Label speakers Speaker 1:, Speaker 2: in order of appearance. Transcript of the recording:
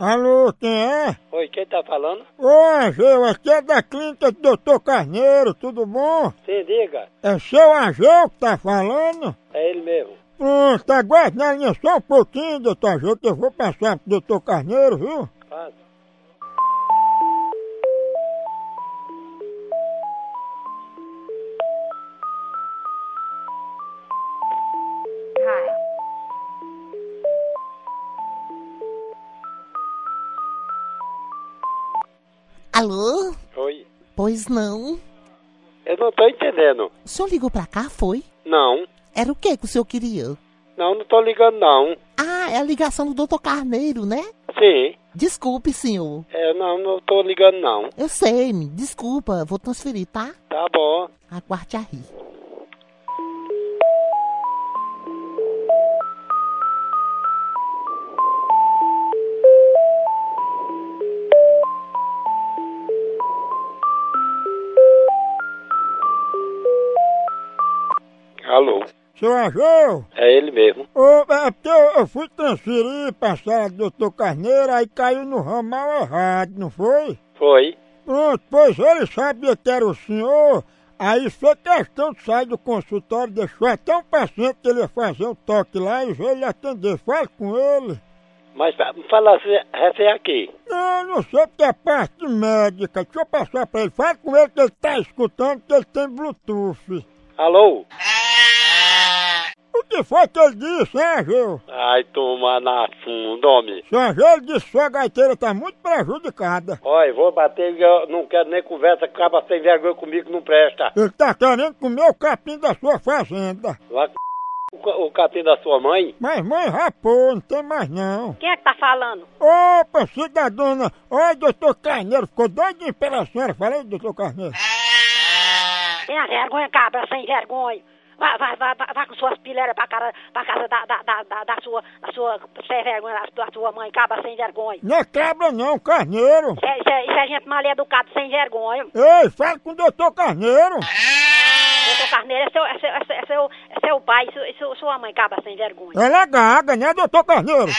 Speaker 1: Alô, quem é?
Speaker 2: Oi, quem tá falando?
Speaker 1: Ô, Angel, aqui é da clínica do Dr. Carneiro, tudo bom?
Speaker 2: Sim, diga.
Speaker 1: É seu Angel que tá falando?
Speaker 2: É ele mesmo.
Speaker 1: Pronto, aguarde na linha só um pouquinho, doutor Angel, que eu vou passar pro Dr. Carneiro, viu?
Speaker 2: Faz.
Speaker 3: Hi.
Speaker 4: Alô?
Speaker 2: Oi.
Speaker 4: Pois não.
Speaker 2: Eu não tô entendendo.
Speaker 4: O senhor ligou pra cá, foi?
Speaker 2: Não.
Speaker 4: Era o que que o senhor queria?
Speaker 2: Não, não tô ligando não.
Speaker 4: Ah, é a ligação do Dr. Carneiro, né?
Speaker 2: Sim.
Speaker 4: Desculpe, senhor.
Speaker 2: É, não, não tô ligando não.
Speaker 4: Eu sei, me desculpa, vou transferir, tá?
Speaker 2: Tá bom.
Speaker 4: Aguarde a rir.
Speaker 2: Alô.
Speaker 1: Seu Angel,
Speaker 2: É ele mesmo.
Speaker 1: ô, é porque eu, eu fui transferir pra sala do Dr. Carneiro, aí caiu no ramal errado, não foi?
Speaker 2: Foi.
Speaker 1: Pronto, pois ele sabia que era o senhor, aí foi questão de sair do consultório, deixou até um paciente que ele ia fazer um toque lá e veio ele atender. Fale com ele.
Speaker 2: Mas fa- fala assim, essa é aqui.
Speaker 1: Não, não sei porque é parte médica. Deixa eu passar pra ele. Fale com ele que ele tá escutando que ele tem Bluetooth.
Speaker 2: Alô?
Speaker 1: O que foi que ele disse, hein, Gil?
Speaker 2: Ai, toma na funda, homem.
Speaker 1: Seu Gil disse que sua gaiteira tá muito prejudicada.
Speaker 2: Olha, vou bater, eu não quero nem conversa, acaba sem vergonha comigo, não presta.
Speaker 1: Ele tá querendo comer o capim da sua fazenda.
Speaker 2: Vai c... o ca- o capim da sua mãe.
Speaker 1: Mas mãe rapou, não tem mais não.
Speaker 3: Quem é que tá falando?
Speaker 1: Opa, cidadona! Olha, doutor Carneiro, ficou doidinho pela senhora. Falei, doutor Carneiro.
Speaker 3: Tenha vergonha, cabra, sem vergonha. Vai, vai, vai, vai, vai com suas pilheiras pra, cara, pra casa da, da, da, da, da sua, da sua, sem vergonha, da, da sua mãe, cabra, sem vergonha.
Speaker 1: Não é cabra não, Carneiro.
Speaker 3: Isso é, isso é, isso é gente mal educada, sem vergonha.
Speaker 1: Ei, fala com o doutor Carneiro.
Speaker 3: Doutor Carneiro é seu, é seu, é seu, é seu, é seu pai, seu, seu- sua mãe, cabra, sem vergonha.
Speaker 1: Ela é gaga, né, doutor Carneiro?